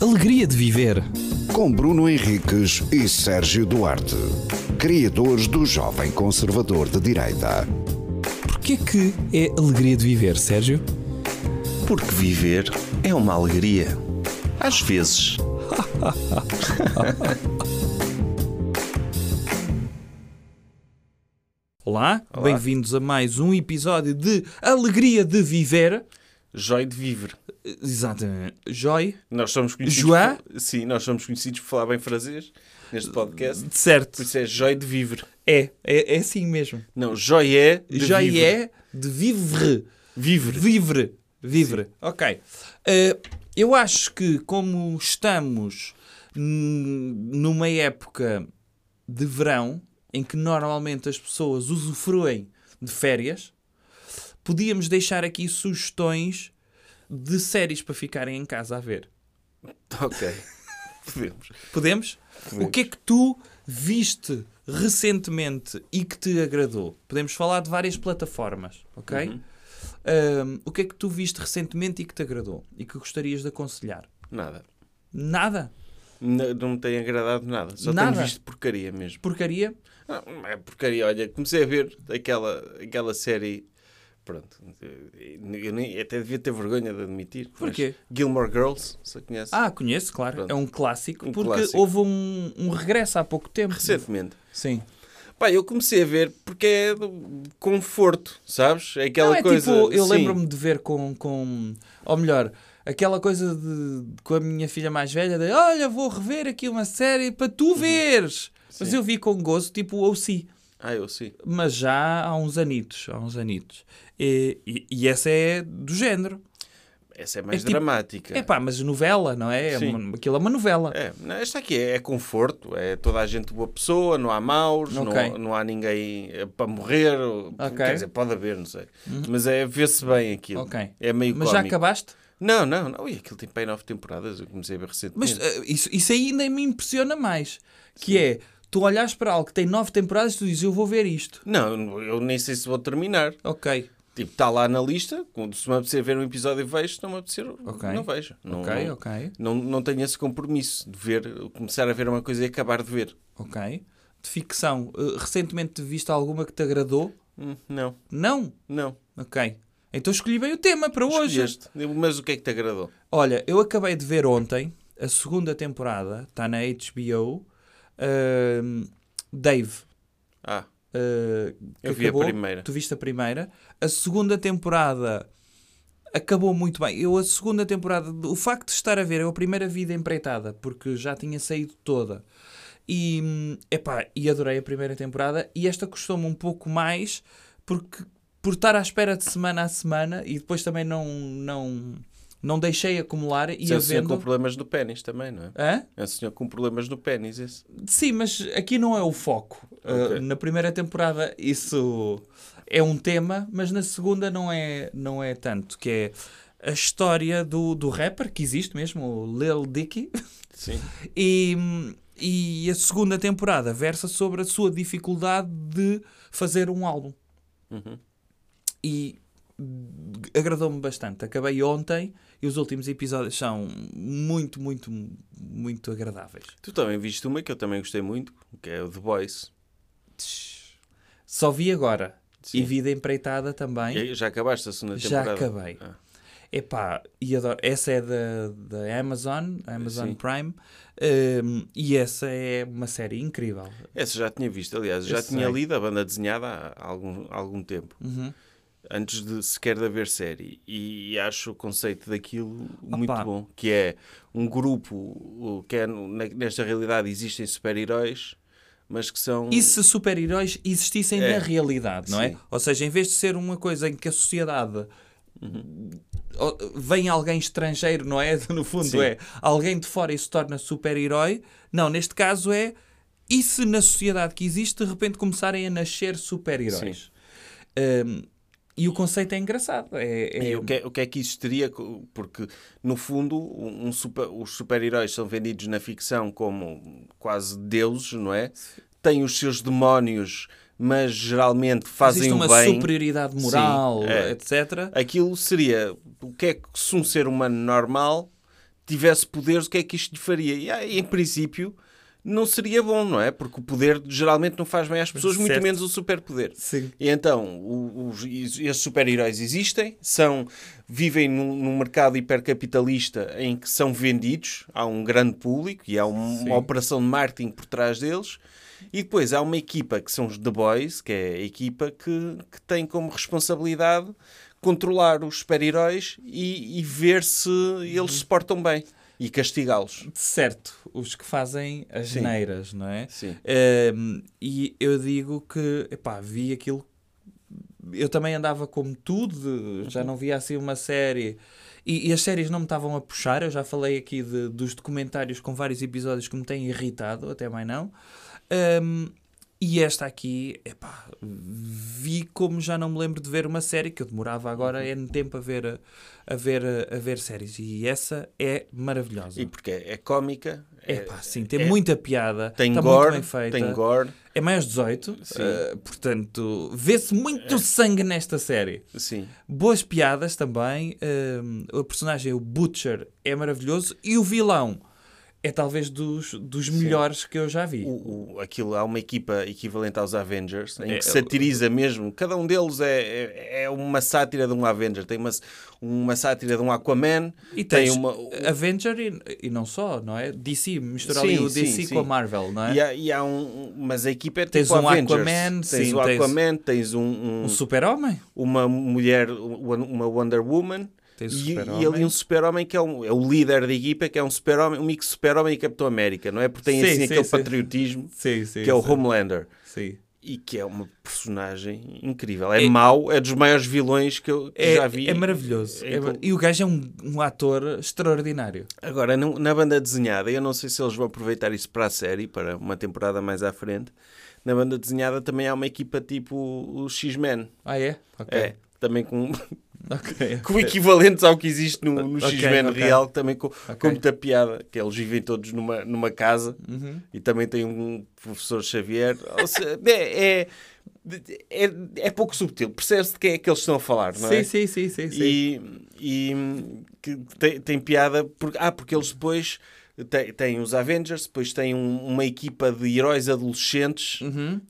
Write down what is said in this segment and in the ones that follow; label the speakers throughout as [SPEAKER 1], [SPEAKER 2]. [SPEAKER 1] alegria de viver.
[SPEAKER 2] Com Bruno Henriques e Sérgio Duarte, criadores do Jovem Conservador de Direita.
[SPEAKER 1] Porquê que é alegria de viver, Sérgio?
[SPEAKER 3] Porque viver é uma alegria. Às vezes.
[SPEAKER 1] Olá, bem-vindos a mais um episódio de Alegria de Viver.
[SPEAKER 3] Joy de viver.
[SPEAKER 1] Exatamente. Joy,
[SPEAKER 3] Nós somos conhecidos.
[SPEAKER 1] Joie?
[SPEAKER 3] por- Sim, nós somos conhecidos por falar bem francês neste podcast.
[SPEAKER 1] de certo.
[SPEAKER 3] Por isso é joy de viver.
[SPEAKER 1] É, é, é assim mesmo.
[SPEAKER 3] Não, joy é de
[SPEAKER 1] Joy
[SPEAKER 3] vivre.
[SPEAKER 1] é de vivre.
[SPEAKER 3] Vivre.
[SPEAKER 1] Vivre. Vivre. Ok. Eh, eu acho que, como estamos hum, numa época de verão em que normalmente as pessoas usufruem de férias, podíamos deixar aqui sugestões de séries para ficarem em casa a ver.
[SPEAKER 3] Ok. Podemos.
[SPEAKER 1] Podemos? O que é que tu viste recentemente e que te agradou? Podemos falar de várias plataformas, ok?
[SPEAKER 3] Uhum.
[SPEAKER 1] Ahm, o que é que tu viste recentemente e que te agradou e que gostarias de aconselhar?
[SPEAKER 3] Nada.
[SPEAKER 1] Nada?
[SPEAKER 3] N- Não me tem agradado nada. Só
[SPEAKER 1] Nada?
[SPEAKER 3] tenho visto porcaria mesmo.
[SPEAKER 1] Porcaria?
[SPEAKER 3] Ah, não é porcaria. Olha, comecei a ver aquela, aquela série. Pronto. Eu nem, até devia ter vergonha de admitir. mas
[SPEAKER 1] Porquê?
[SPEAKER 3] Gilmore Girls, se conhece?
[SPEAKER 1] Ah, conheço, claro.
[SPEAKER 3] Pronto.
[SPEAKER 1] É um clássico.
[SPEAKER 3] Um
[SPEAKER 1] porque
[SPEAKER 3] clássico.
[SPEAKER 1] houve um, um regresso há pouco tempo.
[SPEAKER 3] Recentemente.
[SPEAKER 1] Sim.
[SPEAKER 3] Pá, eu comecei a ver porque é do conforto, sabes? É aquela
[SPEAKER 1] Não, é
[SPEAKER 3] coisa.
[SPEAKER 1] tipo, eu
[SPEAKER 3] sim.
[SPEAKER 1] lembro-me de ver com, com. Ou melhor, aquela coisa de, com a minha filha mais velha de olha, vou rever aqui uma série para tu veres. Mas
[SPEAKER 3] Uhum. Sim.
[SPEAKER 1] eu vi com gozo, tipo o OC.
[SPEAKER 3] Ah, eu sim.
[SPEAKER 1] Mas já há uns anitos, há uns anitos. E, e, e essa é do género.
[SPEAKER 3] Essa é mais
[SPEAKER 1] tipo-
[SPEAKER 3] dramática.
[SPEAKER 1] É pá, mas novela, não é? É
[SPEAKER 3] Sim.
[SPEAKER 1] uma- aquilo é uma novela.
[SPEAKER 3] É, não, esta aqui é, é conforto, é toda a gente boa pessoa, não há maus,
[SPEAKER 1] Ok.
[SPEAKER 3] não, não há ninguém eh, para morrer, ou-
[SPEAKER 1] Ok. Uhum.
[SPEAKER 3] quer dizer, pode haver, não sei. Mas é ver-se bem aquilo.
[SPEAKER 1] Ok.
[SPEAKER 3] É meio
[SPEAKER 1] Mas já
[SPEAKER 3] cómico.
[SPEAKER 1] acabaste?
[SPEAKER 3] Não, não, não, e aquilo tem para aí nove temporadas, eu comecei a ver
[SPEAKER 1] Mas
[SPEAKER 3] recentemente.
[SPEAKER 1] eh, isso, isso aí ainda me impressiona mais. Que é, tu olhas para algo que tem nove temporadas e tu dizes, eu vou ver isto.
[SPEAKER 3] Não, eu nem sei se vou terminar.
[SPEAKER 1] Ok.
[SPEAKER 3] Tipo, está lá na lista, quando se me apetecer ver um episódio, vejo, se não me apetecer,
[SPEAKER 1] Ok.
[SPEAKER 3] não vejo. Não,
[SPEAKER 1] ok,
[SPEAKER 3] não,
[SPEAKER 1] ok.
[SPEAKER 3] não, não tenho esse compromisso de ver, começar a ver uma coisa e acabar de ver.
[SPEAKER 1] Ok. De ficção, eh, recentemente viste alguma que te agradou?
[SPEAKER 3] Hum, Não,
[SPEAKER 1] Não?
[SPEAKER 3] não.
[SPEAKER 1] Ok. Então escolhi bem o tema para hoje.
[SPEAKER 3] Escolheste. Mas o que é que te agradou?
[SPEAKER 1] Olha, eu acabei de ver ontem a segunda temporada, está na HBO. ahm, ehm, Dave. ah,
[SPEAKER 3] Ah,
[SPEAKER 1] que
[SPEAKER 3] Eu vi a
[SPEAKER 1] acabou.
[SPEAKER 3] primeira.
[SPEAKER 1] Tu viste a primeira. A segunda temporada acabou muito bem. Eu, a segunda temporada, o facto de estar a ver, eu a primeira vida empreitada, porque já tinha saído toda. E, hum, epá, e adorei a primeira temporada. E esta custou-me um pouco mais, porque por estar à espera de semana a semana e depois também não, não, não deixei acumular e
[SPEAKER 3] Isso
[SPEAKER 1] a
[SPEAKER 3] é o senhor com
[SPEAKER 1] vendo.
[SPEAKER 3] problemas no pênis também, não é?
[SPEAKER 1] Hã?
[SPEAKER 3] É o senhor com problemas no pênis, esse.
[SPEAKER 1] Sim, mas aqui não é o foco.
[SPEAKER 3] Ok.
[SPEAKER 1] Uh, na primeira temporada isso é um tema, mas na segunda não é, não é tanto, que é a história do, do rapper, que existe mesmo, o Lil Dicky,
[SPEAKER 3] Sim.
[SPEAKER 1] e, e a segunda temporada versa sobre a sua dificuldade de fazer um álbum. E hum, agradou-me bastante. Acabei ontem e os últimos episódios são muito, muito, muito agradáveis.
[SPEAKER 3] Tu também viste uma que eu também gostei muito, que é o The Boys.
[SPEAKER 1] Só vi agora.
[SPEAKER 3] Sim.
[SPEAKER 1] E vida empreitada também.
[SPEAKER 3] E já acabaste a segunda
[SPEAKER 1] Já
[SPEAKER 3] temporada?
[SPEAKER 1] acabei.
[SPEAKER 3] Ah.
[SPEAKER 1] Epá, e adoro. Essa é da, da Amazon, Amazon
[SPEAKER 3] Sim.
[SPEAKER 1] Prime. Hum, e essa é uma série incrível.
[SPEAKER 3] Essa já tinha visto, aliás, já
[SPEAKER 1] Eu
[SPEAKER 3] tinha
[SPEAKER 1] sei.
[SPEAKER 3] lido a banda desenhada há algum, algum tempo. Antes de sequer de haver série. E acho o conceito daquilo muito bom. Que é um grupo o- que é, no- na- nesta realidade existem super-heróis, mas que são...
[SPEAKER 1] E se super-heróis existissem
[SPEAKER 3] É.
[SPEAKER 1] na realidade, não é?
[SPEAKER 3] Sim.
[SPEAKER 1] Ou seja, em vez de ser uma coisa em que a sociedade. Ó, Vem alguém estrangeiro, não é? No fundo,
[SPEAKER 3] Sim.
[SPEAKER 1] é alguém de fora e se torna super-herói. Não, neste caso é. E se na sociedade que existe de repente começarem a nascer super-heróis? Hum, e o conceito é engraçado. É, é-
[SPEAKER 3] E o que, é, o que é que isso teria? co- Porque, no fundo, um um super- os super-heróis são vendidos na ficção como quase deuses, não é? Têm os seus demónios, mas geralmente fazem
[SPEAKER 1] existe
[SPEAKER 3] o
[SPEAKER 1] é uma
[SPEAKER 3] bem.
[SPEAKER 1] superioridade moral,
[SPEAKER 3] Sim, é.
[SPEAKER 1] etc.
[SPEAKER 3] Aquilo seria o que é que se um ser humano normal tivesse poderes, o que é que isto lhe faria? E aí, em princípio, não seria bom, não é? Porque o poder geralmente não faz bem às pessoas, muito
[SPEAKER 1] Certo.
[SPEAKER 3] menos o superpoder.
[SPEAKER 1] Sim.
[SPEAKER 3] E então, o- os, esses super-heróis existem, são, vivem num, num mercado hipercapitalista em que são vendidos a um grande público e há um- uma operação de marketing por trás deles. E depois há uma equipa que são os The Boys, que é a equipa que, que tem como responsabilidade controlar os super-heróis e, e ver se eles se portam bem e castigá-los.
[SPEAKER 1] Certo, os que fazem as
[SPEAKER 3] Sim.
[SPEAKER 1] neiras, não é?
[SPEAKER 3] Sim.
[SPEAKER 1] Ehm, e eu digo que, epá, vi aquilo. Eu também andava como tudo,
[SPEAKER 3] Uhum.
[SPEAKER 1] já não via assim uma série. E, e as séries não me estavam a puxar. Eu já falei aqui de- dos documentários com vários episódios que me têm irritado, até mais não. Ehm, e esta aqui, epá, vi como já não me lembro de ver uma série que eu demorava
[SPEAKER 3] Uhum.
[SPEAKER 1] agora N tempo a ver, a, a ver, a, ver séries. E essa é maravilhosa.
[SPEAKER 3] E porque é, é cómica, é-
[SPEAKER 1] Epá, sim, tem
[SPEAKER 3] é-
[SPEAKER 1] muita piada,
[SPEAKER 3] tem,
[SPEAKER 1] está Tá muito
[SPEAKER 3] gore,
[SPEAKER 1] bem feita.
[SPEAKER 3] tem gore,
[SPEAKER 1] É mais 18,
[SPEAKER 3] Sim.
[SPEAKER 1] eh, portanto, vê-se muito sangue nesta série.
[SPEAKER 3] sim.
[SPEAKER 1] Boas piadas também. eh, o personagem, o Butcher, é maravilhoso e o vilão é talvez dos, dos melhores que eu já vi.
[SPEAKER 3] o, o- aquilo, há uma equipa equivalente aos Avengers em
[SPEAKER 1] É,
[SPEAKER 3] que satiriza mesmo. Cada um deles é, é, é uma sátira de um Avenger. Tem uma, uma sátira de um Aquaman
[SPEAKER 1] E
[SPEAKER 3] tem
[SPEAKER 1] tens
[SPEAKER 3] uma.
[SPEAKER 1] Avenger e, e não só, não é? DC, misturar ali
[SPEAKER 3] Sim,
[SPEAKER 1] o
[SPEAKER 3] sim,
[SPEAKER 1] DC
[SPEAKER 3] sim.
[SPEAKER 1] com a Marvel, não é?
[SPEAKER 3] E há, e há um, mas a equipa é
[SPEAKER 1] Tens
[SPEAKER 3] tipo
[SPEAKER 1] um
[SPEAKER 3] Avengers.
[SPEAKER 1] Aquaman,
[SPEAKER 3] tens
[SPEAKER 1] sim,
[SPEAKER 3] o
[SPEAKER 1] tens-
[SPEAKER 3] Aquaman, tens um, um-
[SPEAKER 1] Um super-homem?
[SPEAKER 3] uma mulher, um, uma Wonder Woman.
[SPEAKER 1] Tens o
[SPEAKER 3] e,
[SPEAKER 1] Super-Homem.
[SPEAKER 3] e ali um super-homem que é, um, é o líder da equipa, que é um super-homem, um mix super-homem e Capitão América, não é? Porque tem
[SPEAKER 1] Sim,
[SPEAKER 3] assim
[SPEAKER 1] sim,
[SPEAKER 3] aquele
[SPEAKER 1] sim.
[SPEAKER 3] patriotismo
[SPEAKER 1] Sim, sim.
[SPEAKER 3] que é o Homelander.
[SPEAKER 1] Sim.
[SPEAKER 3] e que é uma personagem incrível. É,
[SPEAKER 1] É-
[SPEAKER 3] mau, é dos maiores vilões que eu que
[SPEAKER 1] É,
[SPEAKER 3] já vi.
[SPEAKER 1] é maravilhoso.
[SPEAKER 3] É
[SPEAKER 1] É
[SPEAKER 3] inclu-
[SPEAKER 1] mar- E o gajo é um, um ator extraordinário.
[SPEAKER 3] Agora, no- na banda desenhada, eu não sei se eles vão aproveitar isso para a série, para uma temporada mais à frente. Na banda desenhada também há uma equipa tipo o X-Men.
[SPEAKER 1] Ah, é? Ok.
[SPEAKER 3] É. Também com,
[SPEAKER 1] Ok.
[SPEAKER 3] com equivalentes ao que existe no, no
[SPEAKER 1] Ok,
[SPEAKER 3] X-Men
[SPEAKER 1] ok.
[SPEAKER 3] real, também com, com muita piada, que eles vivem todos numa, numa casa
[SPEAKER 1] Uhum.
[SPEAKER 3] e também tem um professor Xavier. Ou seja, é, é, é, é pouco subtil, percebe-se de quem é que eles estão a falar, não é?
[SPEAKER 1] Sim, sim, sim, sim, sim.
[SPEAKER 3] e, e que tem, tem piada porque, ah, porque eles depois têm, têm os Avengers, depois têm um- uma equipa de heróis adolescentes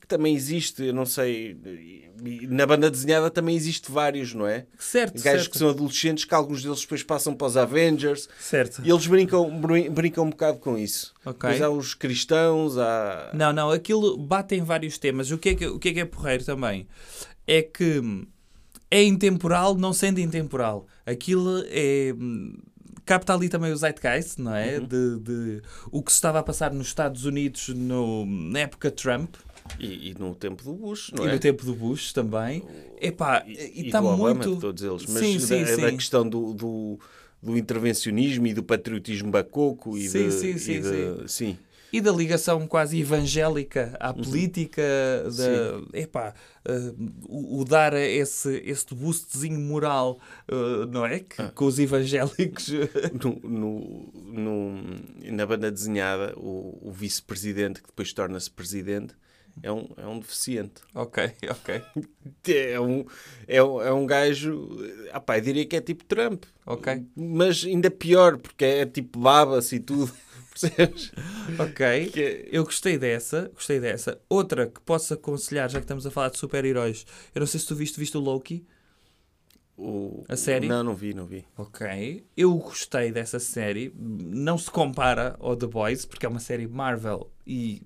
[SPEAKER 3] que também existe, eu não sei, e- e na banda desenhada também existe vários, não é?
[SPEAKER 1] Certo,
[SPEAKER 3] Gajos
[SPEAKER 1] certo.
[SPEAKER 3] que são adolescentes, que alguns deles depois passam para os Avengers
[SPEAKER 1] Certo.
[SPEAKER 3] e eles brincam, brin- brincam um bocado com isso.
[SPEAKER 1] Ok.
[SPEAKER 3] Depois há os cristãos, há.
[SPEAKER 1] Não, não, aquilo bate em vários temas. O que, é que, o que é que é porreiro também? É que é intemporal, não sendo intemporal. Aquilo é. hum, Capta ali também o zeitgeist, não é?
[SPEAKER 3] Uhum.
[SPEAKER 1] De, de o que se estava a passar nos Estados Unidos no, na época Trump
[SPEAKER 3] E, e no tempo do Bush, não
[SPEAKER 1] e
[SPEAKER 3] é?
[SPEAKER 1] no tempo do Bush também. Epá,
[SPEAKER 3] e,
[SPEAKER 1] e
[SPEAKER 3] e tá
[SPEAKER 1] está
[SPEAKER 3] do Obama,
[SPEAKER 1] muito.
[SPEAKER 3] de todos eles. Mas
[SPEAKER 1] sim, sim,
[SPEAKER 3] da, é da
[SPEAKER 1] sim.
[SPEAKER 3] questão do, do, do intervencionismo e do patriotismo bacoco e
[SPEAKER 1] Sim,
[SPEAKER 3] de,
[SPEAKER 1] sim,
[SPEAKER 3] e
[SPEAKER 1] sim,
[SPEAKER 3] de- sim.
[SPEAKER 1] E da ligação quase evangélica à política, da, epá, eh, o, o dar esse, esse boostzinho moral, eh, não é? Que, que os evangélicos.
[SPEAKER 3] No, no- no- na banda desenhada, o, o vice-presidente, que depois torna-se presidente, é um, é um deficiente.
[SPEAKER 1] ok, ok,
[SPEAKER 3] É um, é um, é um gajo. Ah, pá, eu diria que é tipo Trump.
[SPEAKER 1] ok,
[SPEAKER 3] Mas ainda pior, porque é tipo baba-se e tudo. Percebes?
[SPEAKER 1] ok.
[SPEAKER 3] Que é-
[SPEAKER 1] Eu gostei dessa, gostei dessa. Outra que posso aconselhar, já que estamos a falar de super-heróis, eu não sei se tu viste, viste o Loki.
[SPEAKER 3] O-
[SPEAKER 1] A série?
[SPEAKER 3] Não, não vi, não vi.
[SPEAKER 1] Ok, eu gostei dessa série. Não se compara ao The Boys, porque é uma série Marvel e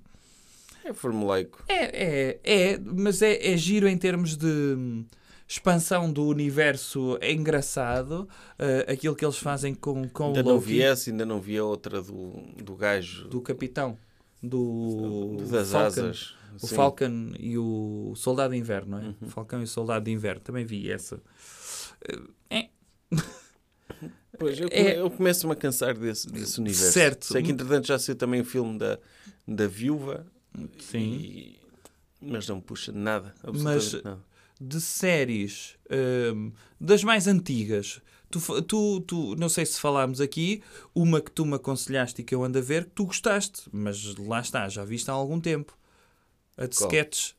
[SPEAKER 3] É formulaico.
[SPEAKER 1] É, é, é, mas é, é giro em termos de hum, expansão do universo, é engraçado ah, aquilo que eles fazem com, com
[SPEAKER 3] Ainda
[SPEAKER 1] o
[SPEAKER 3] não
[SPEAKER 1] Loki
[SPEAKER 3] vi essa, ainda não vi a outra do, do gajo
[SPEAKER 1] do Capitão, do,
[SPEAKER 3] do- das
[SPEAKER 1] Falcon,
[SPEAKER 3] asas.
[SPEAKER 1] o
[SPEAKER 3] Sim. Uhum.
[SPEAKER 1] Falcon e o Soldado de Inverno, não é? O Falcão e o Soldado de Inverno, também vi essa.
[SPEAKER 3] Pois, eu, come-
[SPEAKER 1] é-
[SPEAKER 3] eu começo-me a cansar desse, desse universo.
[SPEAKER 1] Certo.
[SPEAKER 3] Sei que entretanto já saiu também o filme da, da viúva.
[SPEAKER 1] Sim.
[SPEAKER 3] e- mas não puxa nada.
[SPEAKER 1] Mas-
[SPEAKER 3] absolutamente nada.
[SPEAKER 1] De séries hum, das mais antigas, tu, fa- tu, tu, não sei se falámos aqui, uma que tu me aconselhaste e que eu ando a ver, que tu gostaste, mas lá está, já viste há algum tempo. A de
[SPEAKER 3] Qual?
[SPEAKER 1] sketch,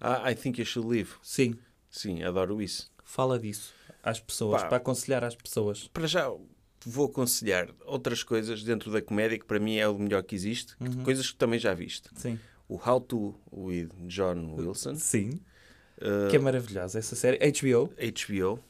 [SPEAKER 3] Ah, I think you should leave.
[SPEAKER 1] sim,
[SPEAKER 3] Sim, adoro isso.
[SPEAKER 1] fala disso às pessoas,
[SPEAKER 3] Pá.
[SPEAKER 1] para aconselhar às pessoas.
[SPEAKER 3] Para já vou aconselhar outras coisas dentro da comédia que para mim é o melhor que existe, que-
[SPEAKER 1] Uhum.
[SPEAKER 3] coisas que também já viste.
[SPEAKER 1] Sim.
[SPEAKER 3] O How to with John Wilson,
[SPEAKER 1] Sim. que
[SPEAKER 3] Eh,
[SPEAKER 1] é maravilhosa essa série. HBO.
[SPEAKER 3] HBO,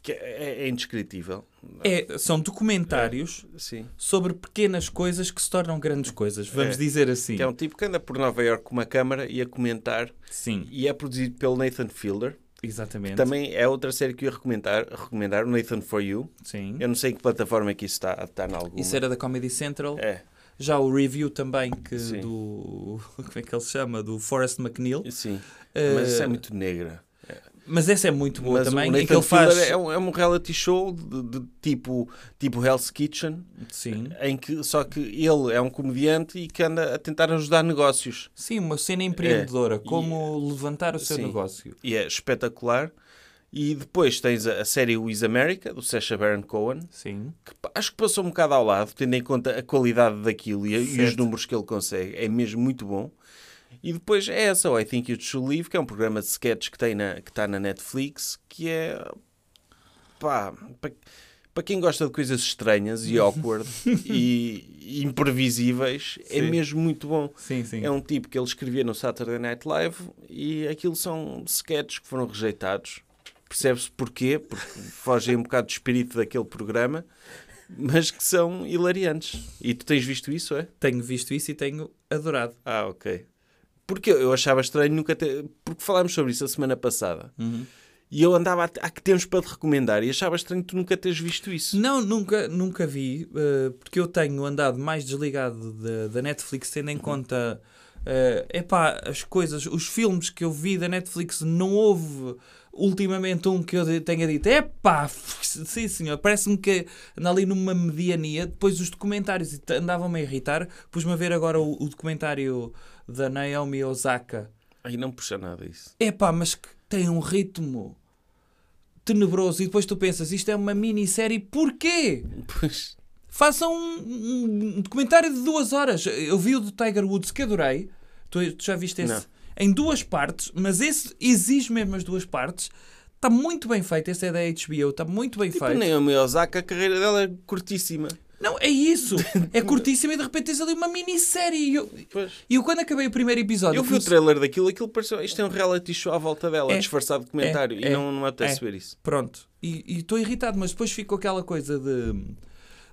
[SPEAKER 3] que é, é indescritível.
[SPEAKER 1] É, são documentários
[SPEAKER 3] Sim.
[SPEAKER 1] sobre pequenas coisas que se tornam grandes coisas. Vamos
[SPEAKER 3] É.
[SPEAKER 1] dizer assim.
[SPEAKER 3] Que é um tipo que anda por Nova York com uma câmara e a comentar.
[SPEAKER 1] Sim,
[SPEAKER 3] E é produzido pelo Nathan Fielder.
[SPEAKER 1] exatamente.
[SPEAKER 3] Também é outra série que eu ia recomendar, recomendar o Nathan For You.
[SPEAKER 1] Sim.
[SPEAKER 3] Eu não sei em que plataforma é que isso está, está em alguma.
[SPEAKER 1] Hum? Isso é era da Comedy Central.
[SPEAKER 3] É,
[SPEAKER 1] Já o review também que
[SPEAKER 3] Sim.
[SPEAKER 1] do. Como é que ele se chama? Do Forrest McNeil.
[SPEAKER 3] É, sim.
[SPEAKER 1] Eh,
[SPEAKER 3] Mas isso é muito negra.
[SPEAKER 1] Mas essa é muito boa
[SPEAKER 3] Mas
[SPEAKER 1] também.
[SPEAKER 3] o
[SPEAKER 1] Em
[SPEAKER 3] Nathan
[SPEAKER 1] que ele faz.
[SPEAKER 3] Fielder é um, é um reality show de, de tipo, tipo Hell's Kitchen,
[SPEAKER 1] Sim.
[SPEAKER 3] em que só que ele é um comediante e que anda a tentar ajudar negócios.
[SPEAKER 1] Sim, uma cena empreendedora. Como levantar o seu
[SPEAKER 3] É. Sim.
[SPEAKER 1] negócio.
[SPEAKER 3] E é espetacular. E depois tens a, a série Wiz America, do Sacha Baron Cohen,
[SPEAKER 1] Sim.
[SPEAKER 3] que pa- acho que passou um bocado ao lado, tendo em conta a qualidade daquilo e, a- e os
[SPEAKER 1] Certo.
[SPEAKER 3] números que ele consegue. É mesmo muito bom. E depois é essa, o I Think You Should Leave, que é um programa de sketch que está na, que está na Netflix, que é. pá. Para, para quem gosta de coisas estranhas e awkward e, e imprevisíveis, é
[SPEAKER 1] Sim.
[SPEAKER 3] mesmo muito bom.
[SPEAKER 1] Sim, sim.
[SPEAKER 3] É um tipo que ele escrevia no Saturday Night Live e aquilo são sketches que foram rejeitados. Percebe-se porquê? Porque fogem um bocado do espírito daquele programa, mas que são hilariantes. E tu tens visto isso, é?
[SPEAKER 1] Tenho visto isso e tenho adorado.
[SPEAKER 3] Ah, ok. Porque eu eu achava estranho nunca ter. Porque falámos sobre isso a semana passada. E eu andava. a- Há que temos para te recomendar. E achava estranho tu nunca teres visto isso.
[SPEAKER 1] Não, nunca, nunca vi, eh, porque eu tenho andado mais desligado da- da Netflix, tendo em conta. eh, epá, as coisas, os filmes que eu vi da Netflix, não houve ultimamente um que eu de- tenha dito, epá, f- sim senhor, parece-me que anda ali numa mediania. Depois os documentários t- andavam-me a irritar. Pus-me a ver agora o, o documentário da Naomi Osaka.
[SPEAKER 3] Aí não puxa nada isso.
[SPEAKER 1] Epá, mas que tem um ritmo tenebroso. E depois tu pensas, isto é uma minissérie, porquê?
[SPEAKER 3] Pois.
[SPEAKER 1] Façam um, um documentário de duas horas. Eu vi o do Tiger Woods que adorei. Tu, tu já viste esse?
[SPEAKER 3] Não.
[SPEAKER 1] Em duas partes, mas esse exige mesmo as duas partes. Está muito bem feito. Esse é da HBO, está muito bem
[SPEAKER 3] Tipo,
[SPEAKER 1] feito.
[SPEAKER 3] nem a Miyazaki, a carreira dela é curtíssima.
[SPEAKER 1] Não, é isso. É curtíssimo e de repente tens ali uma minissérie. E eu,
[SPEAKER 3] Pois.
[SPEAKER 1] e eu quando acabei o primeiro episódio.
[SPEAKER 3] Eu vi o
[SPEAKER 1] comecei-
[SPEAKER 3] trailer daquilo, aquilo pareceu. Isto é um reality show à volta dela,
[SPEAKER 1] É,
[SPEAKER 3] disfarçado de comentário, e
[SPEAKER 1] é,
[SPEAKER 3] não, não me apetece
[SPEAKER 1] é.
[SPEAKER 3] ver isso.
[SPEAKER 1] Pronto. E estou irritado, mas depois ficou aquela coisa de,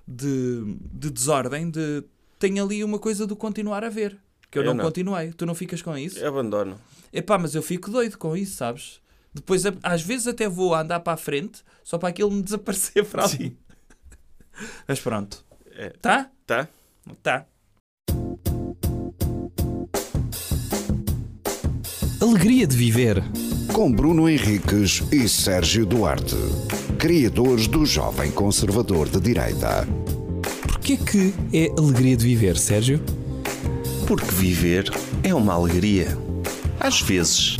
[SPEAKER 1] de, de desordem, de tem ali uma coisa do continuar a ver. Que eu,
[SPEAKER 3] Eu
[SPEAKER 1] não,
[SPEAKER 3] não.
[SPEAKER 1] continuei. Tu não ficas com isso?
[SPEAKER 3] Eu Abandono.
[SPEAKER 1] Epá, mas eu fico doido com isso, sabes? Depois, a- às vezes até vou andar para a frente só para aquilo me desaparecer para ali. Mas pronto.
[SPEAKER 3] É.
[SPEAKER 1] Tá?
[SPEAKER 3] Tá?
[SPEAKER 1] Tá. Alegria de viver.
[SPEAKER 2] Com Bruno Henriques e Sérgio Duarte, criadores do Jovem Conservador de Direita.
[SPEAKER 4] Porquê que é alegria de viver, Sérgio?
[SPEAKER 3] Porque viver é uma alegria. Às vezes.